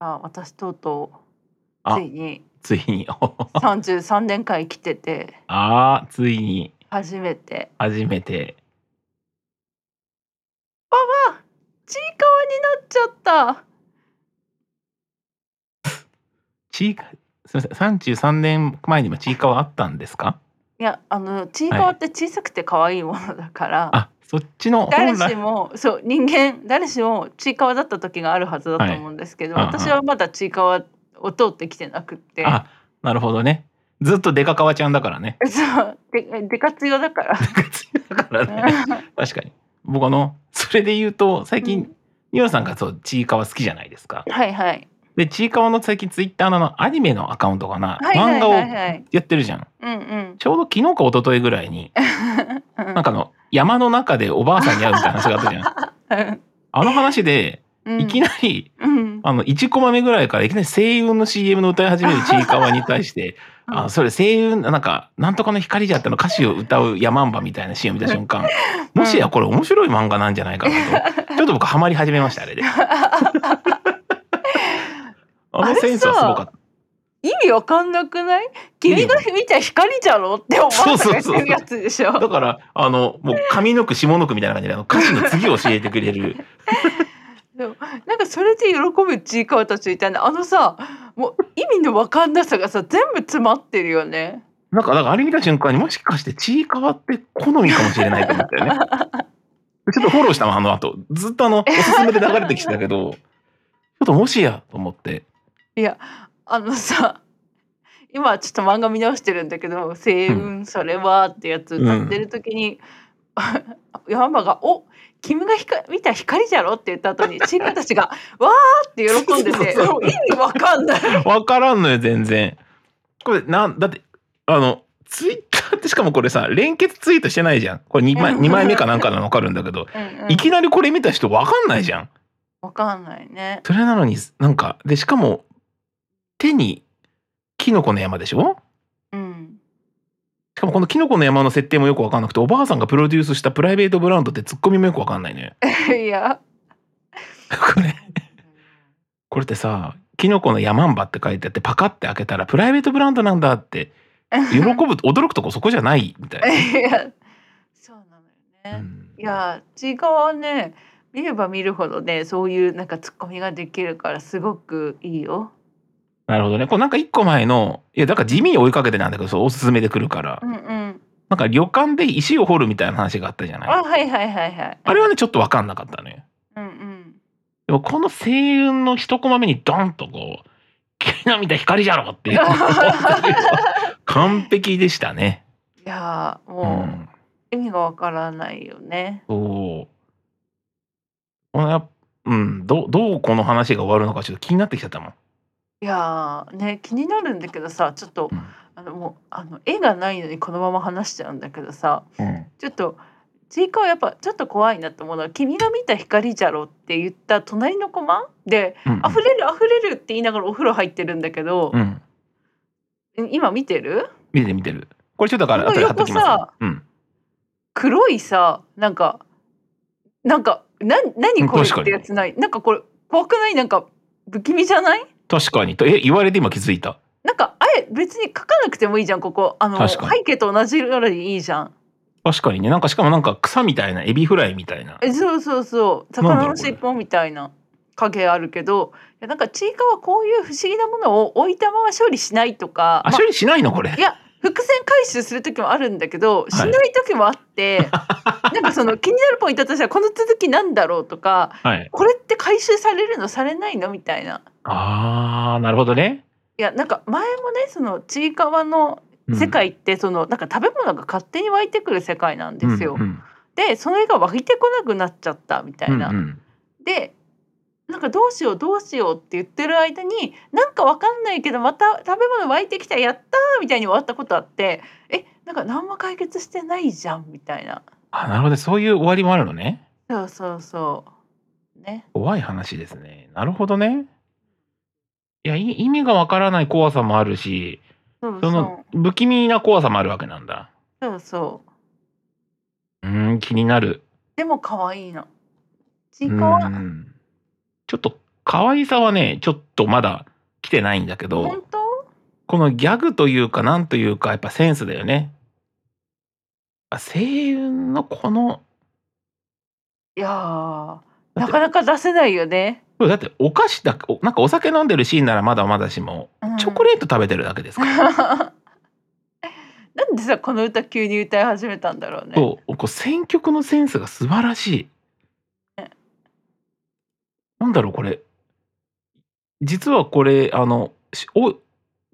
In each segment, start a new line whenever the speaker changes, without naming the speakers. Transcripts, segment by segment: ら私とうとう
あ
ついに
ついに
33年間生きてて
あーついに
初めて
初めて
「パパちいかわになっちゃった!
ちいかすみません三十三年前にもちいかわあったんですか」
いやあのちいかわって小さくて可愛いものだから、
あそっちの
誰
本
し
来
もそう人間誰しもちいかわだった時があるはずだと思うんですけど、
はいうんうん
私はまだちいかわを通ってきてなくって。
あなるほどねずっとデカかわちゃんだからね
そうででかつよだから。
だからね確かに僕あのそれで言うと最
う
近
ん
ニオさんがそうちいかわ好きじゃないですか
はいはい。
でちいかわの最近ツイッターのあのアニメのアカウントかな、
はいはい
漫画を
はいはい。
やってるじゃん
うんうん。
ちょうど昨日か一昨日ぐらいになんかあの山の中でおばあさんに会うみたいな話があったじゃんあの話で
うん
いきなり、
うん。
あの1コマ目ぐらいからいきなり声優の CM の歌い始めるちいかわに対して「
うん
あそれ声優なんかなんとかの光じゃ」っての歌詞を歌うヤマンバみたいな CM 見た瞬間もしやこれ面白い漫画なんじゃないかなとちょっと僕ハマり始めましたあ れで。あ
あ
の
れさ
センスはすごかっ
意味わかんなくない君が見た光じゃろっておばあさんが言ってるやつでしょ
た。だからあのもう上の句下の句みたいな感じであの歌詞の次を教えてくれる
なんかそれで喜ぶちいかわたちみたいなあのさもう意味のわかんなさがさ全部詰まってるよね。
なんかだからあれ見た瞬間にもしかしてちいかわって好みかもしれないと思ったよね。 ちょっとフォローしたのあの後ずっとあのおすすめで流れてきてたけどちょっともしやと思って
あのさ今ちょっと漫画見直してるんだけど「星雲それは」ってやつ歌ってる時に、山場が「お君が光見た光じゃろ?」って言った後にチームたちが「わー!」って喜んでて
そうそうそ
も
う
う意味わかんない。
分からんのよ全然これなんだってあのツイッターってしかもこれさ連結ツイートしてないじゃんこれ2枚
うん
二枚目かなんかなの分かるんだけど、
うんうん
いきなりこれ見た人分かんないじゃん
わかんないね。
それなのになんかでしかも手にキノコの山でしょ
うん。
しかもこのキノコの山の設定もよく分かんなくておばあさんがプロデュースしたプライベートブランドってツッコミもよく分かんないの よ
いや。
これこれってさキノコの山んばって書いてあってパカって開けたらプライベートブランドなんだって喜ぶ驚くとこそこじゃないみたい
いやそうなのよ
な、う
ね。
ん
いやちいかわはね見れば見るほどねそういうなんかツッコミができるからすごくいいよ。
なるほどねこれなんか一個前のいやだから地味に追いかけてなんだけどそうおすすめでくるから、
うんうん。
なんか旅館で石を掘るみたいな話があったじゃない
あ
あ
はいはいはいはい。
れはねちょっと分かんなかったのよ
うんうん。
でもこの星雲の一コマ目にドンとこう「木の見た光じゃろ!」っ ていう完璧でしたね、
いやー
う
も
ん、
う意味がわからないよね。
そう。このやうん、どどうこの話が終わるのかちょっと気になってきちゃったもん。
いやーね気になるんだけどさちょっと
うん
あのもうあの絵がないのにこのまま話しちゃうんだけどさ
うん、
ちょっとちいかわやっぱちょっと怖いなと思うのは「君が見た光じゃろ」って言った隣のコマで「
うん
溢れる溢れる」って言いながらお風呂入ってるんだけど
う、ん、
今見てる
見てる見てる。これちょっとだから
この
後で貼っときますね
横さ。
うん、
黒いさなんかなんかな何これってやつないなんかこれ怖くないなんか不気味じゃない
確かにとえ言われて今気づいた。
なんかあえ別に書かなくてもいいじゃんここあの
確かに
背景と同じぐらいでいいじゃん
確かにねなんかしかもなんか草みたいなエビフライみたいな。
えそうそうそう
なんだ
魚
ろう
の尻尾みたいな影あるけどいやなんかちいかわはこういう不思議なものを置いたまま処理しないとか
あ
まあ
処理しないのこれ
い。や伏線回収する時もあるんだけどしない時もあっ て、なんかその気になるポイントとしてはこの続きなんだろうとか
はい。
これって回収されるのされないのみたいな。
ああなるほどね。
いやなんか前もねそのちいかわの
うん
世界ってその、なんか食べ物が勝手に湧いてくる世界なんですよ。
うんうん
でそれが湧いてこなくなっちゃったみたいな。
うんうん
でなんかどうしようどうしようって言ってる間になんかわかんないけどまた食べ物湧いてきたやったーみたいに終わったことあってえなんか何も解決してないじゃんみたいな。
あなるほどそういう終わりもあるのね。
そうそうそう。ね。
怖い話ですね。なるほどね。いやい意味がわからない怖さもあるし。
そう
そ
そ
の不気味な怖さもあるわけなんだ。
う。そうそう。
うーん、気になる。
でも可愛いの。ち
う
いかわ
ーんちょっと可愛さはね、ちょっとまだ来てないんだけど
本、当
このギャグというか、なんというか、やっぱセンスだよね。あ声優のこの、
いやー
だ
な
って
かなか出せないよね。
だってお菓子だ、おなんかお酒飲んでるシーンならまだまだしも、
うん
チョコレート食べてるだけですから。
なんでさこの歌急に歌い始めたんだろうね。
そうこう選曲のセンスが素晴らしい。なんだろうこれ実はこれあのしお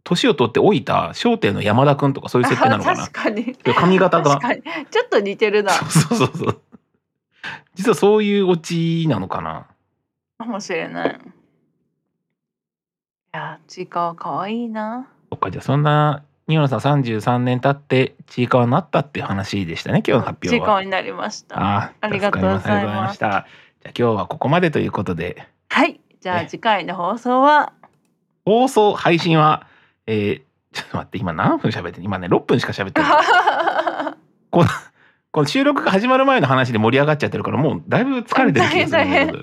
年を取って老いた商店の山田君とかそういう設定なのかな
確かに
髪型が
確かにちょっと似てるな
そうそうそうそう実はそういうオチなのかな
かもしれない。いやーちいかわかわいいな。
そっかじゃあそんなニオナさん33年経ってちいかわになったっていう話でしたね今日の発
ち
表
いか
は。
わになりました。
あ
ありがとうございます
助かりありがとうございました。じゃあ今日はここまでということで。
はいじゃあ
ね
次回の放送は
放送配信は、えーちょっと待って今何分喋ってる今ね6分しか喋ってるこの収録が始まる前の話で盛り上がっちゃってるからもうだいぶ疲れてる気がするんだ
大
け
変
ど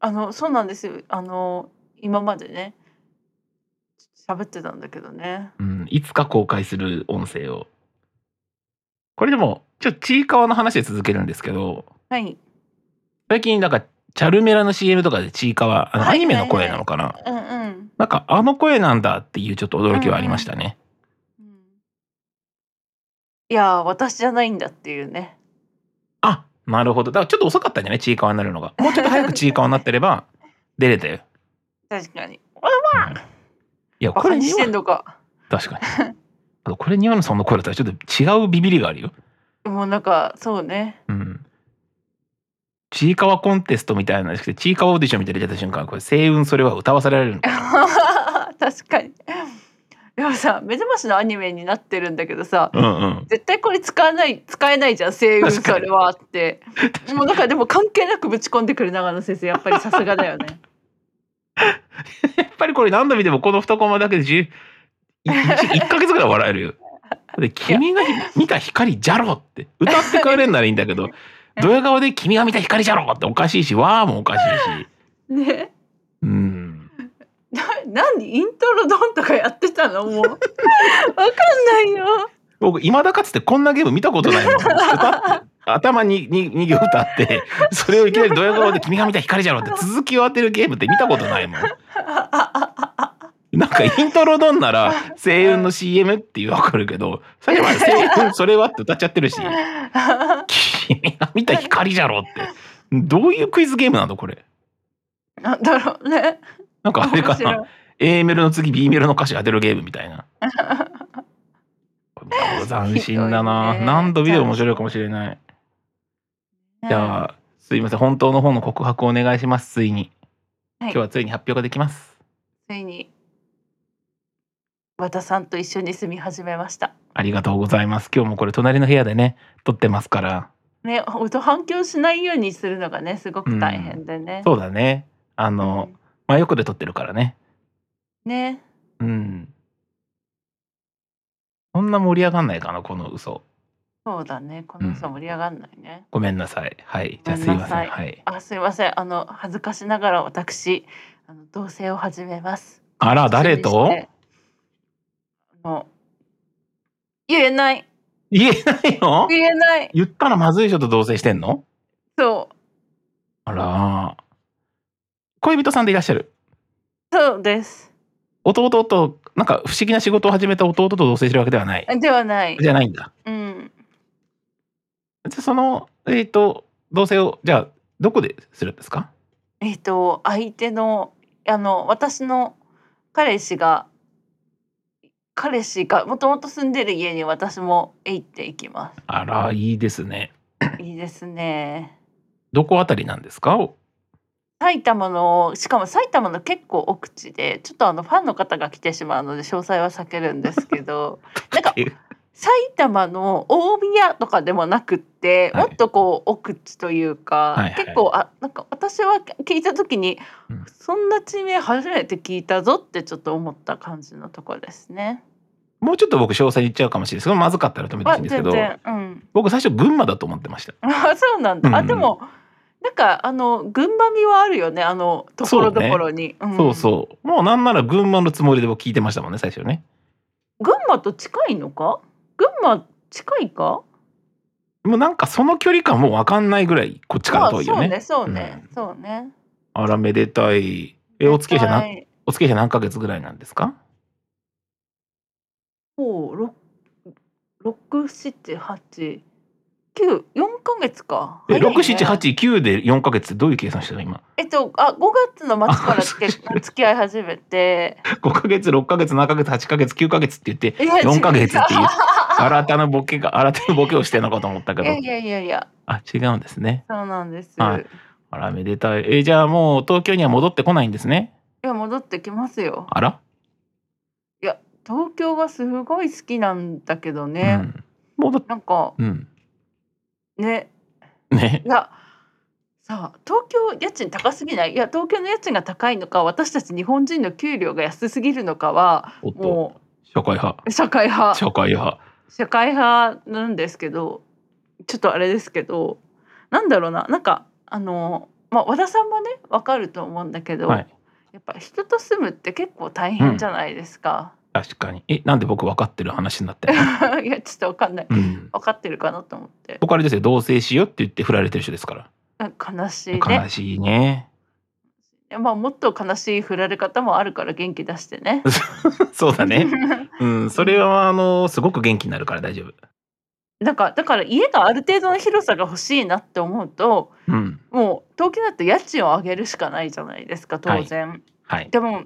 あのそうなんですよあの今までね喋ってたんだけどね
うん、いつか公開する音声をこれでもちょっとちいかわの話で続けるんですけど
はい
最近なんかチャルメラの CM とかでちいかわあの
は
ア
い
ニメの声なのかな、
うんうん
なんかあの声なんだっていうちょっと驚きはありましたね、
うんいやー私じゃないんだっていうね
あなるほどだからちょっと遅かったんじゃないちいかわになるのがもうちょっと早くちいかわになってれば出れたよ
確かに
うんいや
バ
こ
カ
れ
に
に
してんのか
確かにあとこれにあのさんの声だったらちょっと違うビビりがあるよ
もうなんかそうね
うんちいかわコンテストみたいなのじゃなくてちいかわオーディションみたいなの出た瞬間これ星雲それは歌わされるの
確かにでもさ目覚ましのアニメになってるんだけどさ
うんうん
絶対これ使わない使えないじゃん声優
確か
そ
に
れはってもうなんかでも関係なくぶち込んでくる長野先生やっぱりさすがだよ ね
やっぱりこれ何度見てもこの2コマだけで1ヶ月ぐらい笑えるよで君が見た光じゃろって歌って帰れんならいいんだけ どドヤ顔で君が見た光じゃろっておかしいしわーもおかしいし
ね
うん
な何イントロドンとかやってたのもうわかんないよ
僕いまだかつてこんなゲーム見たこ とないもん歌って頭にに2行歌ってそれをいきなりドヤ顔で「君が見た光じゃろ」って続きを当てるゲームって見たことないもんなんかイントロドン なら「声雲の CM」ってわかるけど最後まで「声雲それは」って歌っちゃってるし「君が見た光じゃろ」ってどういうクイズゲームなのこれ
なんだろうね
なんかあれ
面
か
白い
な A メロの次 B メロの歌詞当てるゲームみたい な斬新だな、
ひどいね
何度見ても面白いかもしれないじゃあ、すいません。本当の方の告白をお願いします。ついに。
はい
今日はついに発表ができます。
ついに和田さんと一緒に住み始めました
ありがとうございます。今日もこれ隣の部屋でね、撮ってますから。
ね音反響しないようにするのがねすごく大変でね、
そうだね。あ
うん
の、真横で撮ってるからね。
ね
うん。そんな盛り上がんないかな、この嘘。
そうだねこの人盛り上がんないね、
ごめんなさい。はい。じゃあすい
ごめん
ま
なさ
せん。
い
はい。
あすいませんあの恥ずかしながら私あの同棲を始めます
あら、誰
そ
と
してあの言えない
言えないの
言えない
言ったらまずい人と同棲してんの
そう
あら。恋人さんでいらっしゃる
そうです
弟と、なんか不思議な仕事を始めた弟と同棲してるわけではない。
ではない
じゃないんだ。
うん
じゃあそのえっ、と同棲をじゃあどこでするんですか？
えっ、と相手のあの私の彼氏が彼氏がもともと住んでる家に私も行っていきま
あらいいですね。
すいいですね
どこあたりなんですか？お
埼玉のしかも埼玉の結構奥地でちょっとあのファンの方が来てしまうので詳細は避けるんですけどなんか埼玉の大宮とかでもなくって、
はい
もっとこう奥地というか、
はいはい
結構あなんか私は聞いた時に、
うん
そんな地名初めて聞いたぞってちょっと思った感じのとこですね。
もうちょっと僕詳細言っちゃうかもしれないですけどまずかったら止めてほしいんですけど、
うん、
僕最初群馬だと思ってました。
あそうなんだ、
うんう
あ
ん
でもなんかあの群馬味はあるよねあのところどころにそう,、
そうそうもうなんなら群馬のつもりでも聞いてましたもんね最初ね
うん群馬と近いのか群馬近いか
もうなんかその距離感もう分かんないぐらいこっちから
まあ
遠いよね,、
そうねそうね、そうね
あらめでたいえお付き合いじゃな
はい
お付き合いじゃ何ヶ月ぐらいなんですか
もう六七八九四ヶ月か。
え
早いね
六七八九で四ヶ月ってどういう計算してるの今
えっとあ五月の末からつけ付き合い始め て。
5ヶ月6ヶ月7ヶ月8ヶ月9ヶ月って言って
いや
4ヶ月っていう
違う
新たなボケが新たなボケをしてるのかと思ったけ
いや
ど
いやいやいや
あ違うんですね
そうなんです。
はい
い、
あらめでたいえじゃあもう東京には戻ってこないんですね
や戻ってきますよ。
あら、
東京がすごい好きなんだけど
う
ね。
ん、戻っ
なんか
うん
ね
ね
いやさあ東京家賃高すぎないいや東京の家賃が高いのか私たち日本人の給料が安すぎるのかは
おっと
も
社会派
う社会派
社会派
社会派なんですけどちょっとあれですけどなんだろうななんかあの、まあ、和田さんもねわかると思うんだけど、
はい
やっぱ人と住むって結構大変じゃないですか。
確かにえなんで僕分かってる話になってる
いやちょっとわかんない
うん
わかってるかなと思って
僕あれですよ同棲しようって言って振られてる人ですから
なんか悲しいね
悲しいね
いやまあ、もっと悲しい振られ方もあるから元気出してね。
そうだねうんそれはあのすごく元気になるから大丈夫
なんかだから家がある程度の広さが欲しいなって思うと
うん
もう東京だと家賃を上げるしかないじゃないですか当然、
はい
でも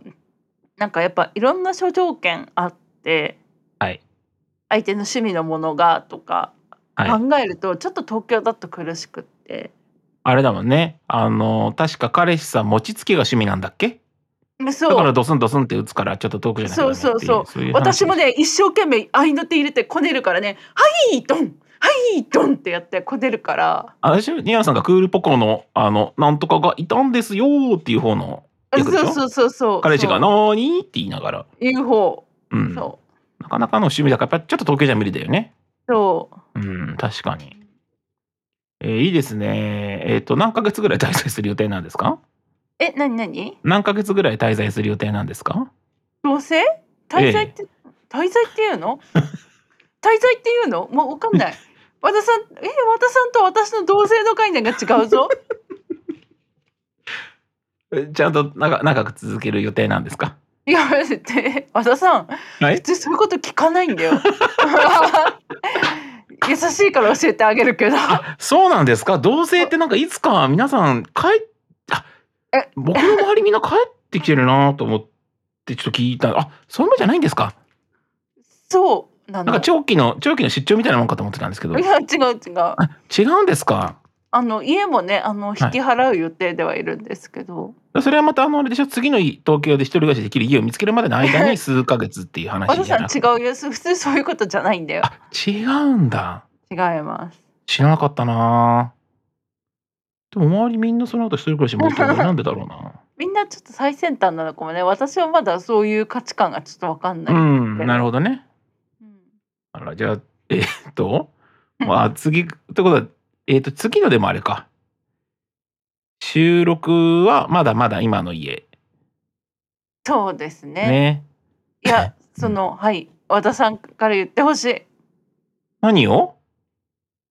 なんかやっぱいろんな諸条件あって
はい
相手の趣味のものがとか
はい
考えるとちょっと東京だと苦しくって、
あれだもんね。あの、確か彼氏さん餅つきが趣味なんだっけ
まあそ
だから
う
ドスンドスンって打つからちょっと遠くじゃないとダメってい
そうそう
そういう話
私もね一生懸命合いの手入れてこねるからね「はいドンはいドン!」ってやってこねるから
あ私ニアさんがクールポコのあのなんとかがいたんですよーっていう方の
あ
役でし
そう
ょ
そうそうそう
彼氏が
の
なーにーって言いながら、
UFO
うん、な
そ
かなかの趣味だからやっぱちょっと東京じゃ無理だよね。
うそう
うん確かに。えーいいですね。えっ、と何ヶ月ぐらい滞在する予定なんですか？
え何何
何ヶ月ぐらい滞在する予定なんですか？
同棲滞在って、滞在っていうの滞在っていうのもうわかん ない和田さんえ和田さんと私の同性の概念が違う ぞ
えちゃんと長長く続ける予定なんですか？
いやだって和田さん
はい
普。通そういうこと聞かないんだ よ優しいから教えてあげる けど
あそうなんですか同棲ってなんかいつか皆さん帰っあ
え
僕の周りみんな帰ってきてるなと思ってちょっと聞いたあそういうのじゃないんですか
そうなの
なんか長期の長期の出張みたいなもんかと思ってたんですけど
いや違う違う
あ違うんですか
あの家もねあの
い
引き払う予定ではいるんですけど、
それはまたあのあれでしょ次の東京で一人暮らしできる家を見つけるまでの間に数ヶ月っていう
和
話
田
じゃ
さん
なく
違うよ普通そういうことじゃないんだよ
あ違うんだ
違います
知らなかったなでも周りみんなその後一人暮らし持って るのなんでだろうな
みんなちょっと最先端なのかもね私はまだそういう価値観がちょっとわかんない、
うんなるほどね
うん
あら、じゃあ、えーっと、まあ、次、ってことは、えーっと、次のでもあれか。収録はまだまだ今の家。
そうですね
ね。
いやそのはい和田さんから言ってほしい
何を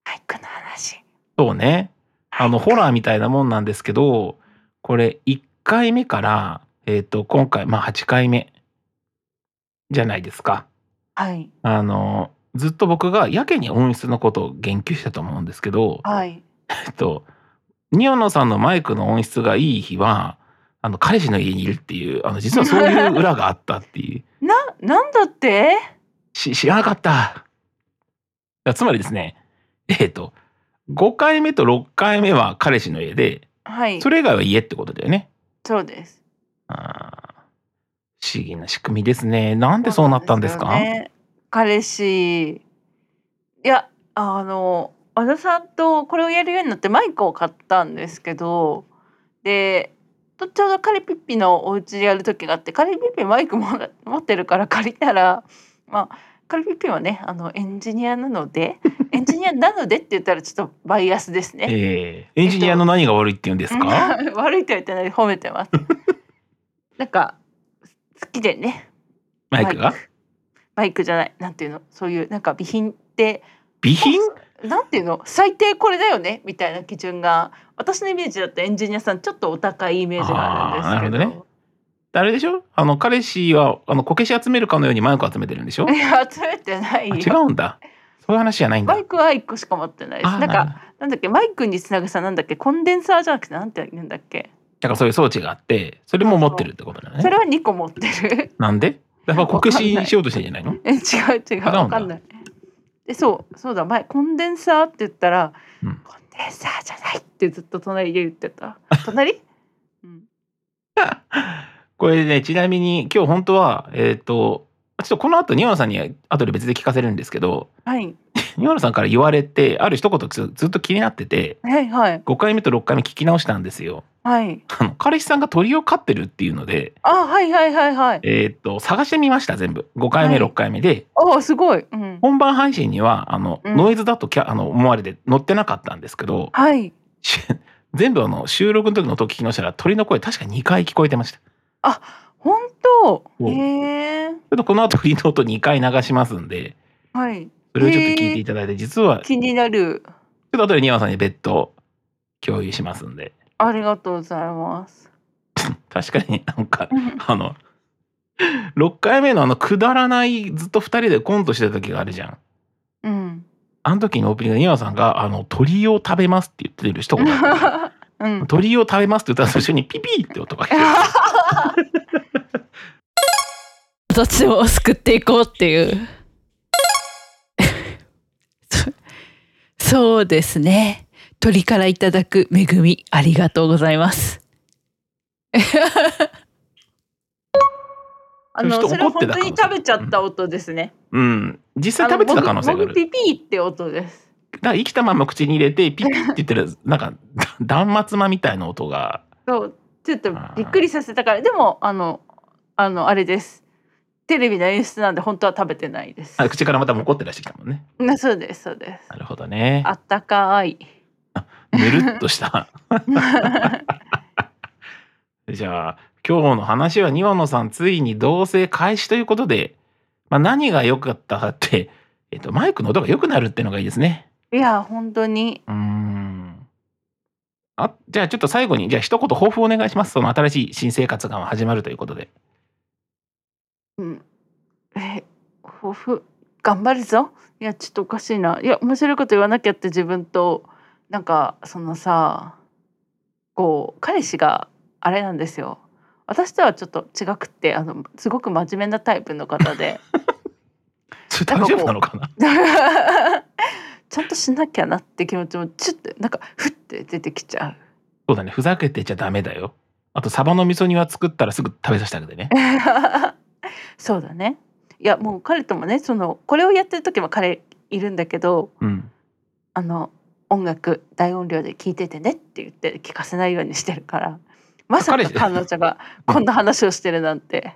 俳句の話
そうね。あの、ホラーみたいなもんなんですけど、これ、1回目から、えーっと、今回、まあ、8回目じゃないですか。
はい
あの、ずっと僕がやけに音質のことを言及したと思うんですけど、
はい
えっと、ニオノさんのマイクの音質がいい日は、あの彼氏の家にいるっていう、あの実はそういう裏があったっていう。
ななんだって
し知らなかった。だつまりですね、えっと、5回目と6回目は彼氏の家で、
はい
それ以外は家ってことだよね。
そうです
あー不思議な仕組みですね。なんでそうなったんですか
そうなんよね彼氏いやあの和田さんとこれをやるようになってマイクを買ったんですけどでとちょうど彼ピッピのお家でやる時があって彼ピッピマイクもら持ってるから借りたらまあカルピピはねあのエンジニアなの でエンジニアなのでって言ったらちょっとバイアスですね。
えーエンジニアの何が悪いって言うんですか、
悪いとは言ってない褒めて ます。なんか好きでね
マイク
バ
が
イクバイクじゃないなんていうのそういうなんか備品って
備品
なんていうの最低これだよねみたいな基準が私のイメージだとエンジニアさんちょっとお高いイメージがあるんです
あーな
け
る
ど
ほあれでしょあの彼氏はあのこけし集めるかのようにマイク集めてるんでしょ
いや集めてないよ
あ違うんだそういう話じゃないんだ
バイクは一個しか持ってないです
あ
なん
なるほ
か
どだ
なんだっけマイクにつなぐさなんだっけコンデンサーじゃなくてなんて言うんだっけ、
からそういう装置があってそれも持ってるってことだよ
そ
ね
れは二個持ってる
なんでやっぱこけししようとしてんじゃないの
え違う違う
だ
わかんないでそうそうだ前コンデンサーって言ったら、
うん
コンデンサーじゃないってずっと隣で言ってた 隣うん
これねちなみに今日本当はえっ、とちょっとこの後ニワノさんに後で別で聞かせるんですけど
はい
ニワノさんから言われてある一言ずずっと気になってて
はいはい
5回目と6回目聞き直したんですよ。
はい
あの彼氏さんが鳥を飼ってるっていうので、
あはいはいはいはい
えっと探してみました全部5回目
はい
6回目で、
あすごいうん
本番配信にはあの、
うん
ノイズだとキャあの思われて載ってなかったんですけど
はい
し全部あの収録の時の音を聞き直したら鳥の声確か2回聞こえてました。ち
本
お
当へえ
ょっとこの後鳥の音2回流しますんで
はい
それをちょっと聞いていただいて実は
気になる
ちょっと後でニワさんに別途共有しますんで。
ありがとうございます
確かになんか、あの、6回目のあの、くだらない、ずっと2人でコントしてた時があるじゃん。
うん
あの時のオープニングでニワさんが、あの、鳥を食べますって言ってる人があ ったんで
うん
す、鳥を食べますって言ったら最初にピピーって音が聞こえて
私を救っていこうっていう そそうですね鳥からいただく恵みありがとうございます
あ
ちょっ
の
と
それは
怒って
本
た
当
かも
に食べちゃった音ですね。
うん。実際
あの
食べてた可能性
も
があ
ぐ
る。だ
ピピーって音です。
から生きたまま口に入れて、ピピーって言ってる、なんか、 断末魔みたいな音が、
そうちょっとびっくりさせたからでもあのあのあれです。テレビの演出なんで本当は食べてないです。
あ口からまたもこって出してきたもんね。
な そうですそうです。
なるほどね
あ。ったかい。
ぬるっとした。じゃあ今日の話は庭野さんついに同棲開始ということで、まあ、何が良かったかって、えっと、マイクの音が良くなるっていうのがいいですね。
いや本当に
うーんあじゃあちょっと最後にじゃあ一言抱負をお願いしますその新しい新生活が始まるということで
え抱負頑張るぞ。いやちょっとおかしいな。いや面白いこと言わなきゃって自分となんかそのさこう彼氏があれなんですよ。私とはちょっと違くってあのすごく真面目なタイプの方で
それ大丈夫なのかな
ちゃんとしなきゃなって気持ちもちょっとなんかふって出てきち ゃう。
そうだねふざけてちゃダメだよあとサバの味噌煮は作ったらすぐ食べさせてあげ てね
そうだね。いやもう彼ともねそのこれをやってる時も彼いるんだけど
うん
あの音楽大音量で聴いててねって言って聞かせないようにしてるからまさ
彼
か
氏
彼女がこんな話をしてるなんて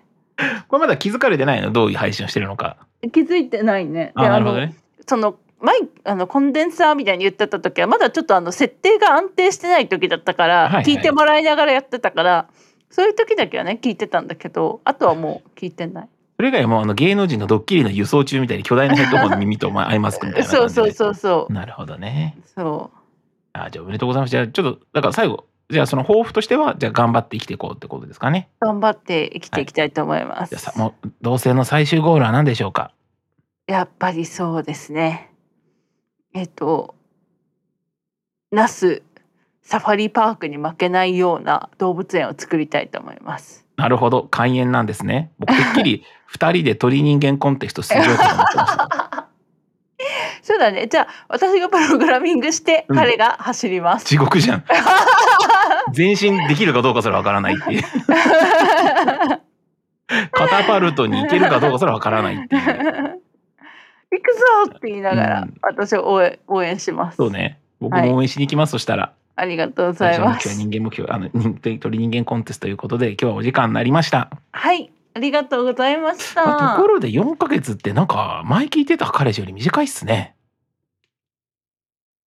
これまだ気づかれてないのどういう配信をしてるのか
気づいてないね。
あ
で
な
あ
るほど
の
ね
そのマイあのコンデンサーみたいに言ってた時はまだちょっとあの設定が安定してない時だったから、
いはい
聞いてもらいながらやってたからそういう時だけはね聞いてたんだけどあとはもう聞いてない。
それ以外はもうあの芸能人のドッキリの輸送中みたいに巨大なヘッドホンに耳とお前アイマスクみたいな
そ
感
う
じで。
そうそうそう
なるほどね。
そ
あじゃあおめでとうございます。じゃあちょっとだから最後じゃあその抱負としてはじゃあ頑張って生きていこうってことですかね。
う頑張って生きていきたいと思います。
じゃあさもう同性の最終ゴールは何でしょうか。
やっぱりそうですね。えっと、那須サファリパークに負けないような動物園を作りたいと思います。
なるほど開演なんですね。僕てっきり二人で鳥人間コンテスト出場かと思ってました。
そうだね。じゃあ私がプログラミングして
うん
彼が走ります。
地獄じゃん。前進できるかどうかそれはわからないっていう。カタパルトに行けるかどうかそれはわからないっていう。
行くぞって言いながら、
うん
私を応援応援します。
そうね。僕も応援しに行きます、そしたら。
ありがとうござ
最
い
初の今
ま
日は
す。
人間目標あの人鳥人間コンテストということで今日はお時間になりました
はい、ありがとうございまし
まあ
た
とこ。ろで4ヶ月ってなんか前聞いてた彼氏より短いっすね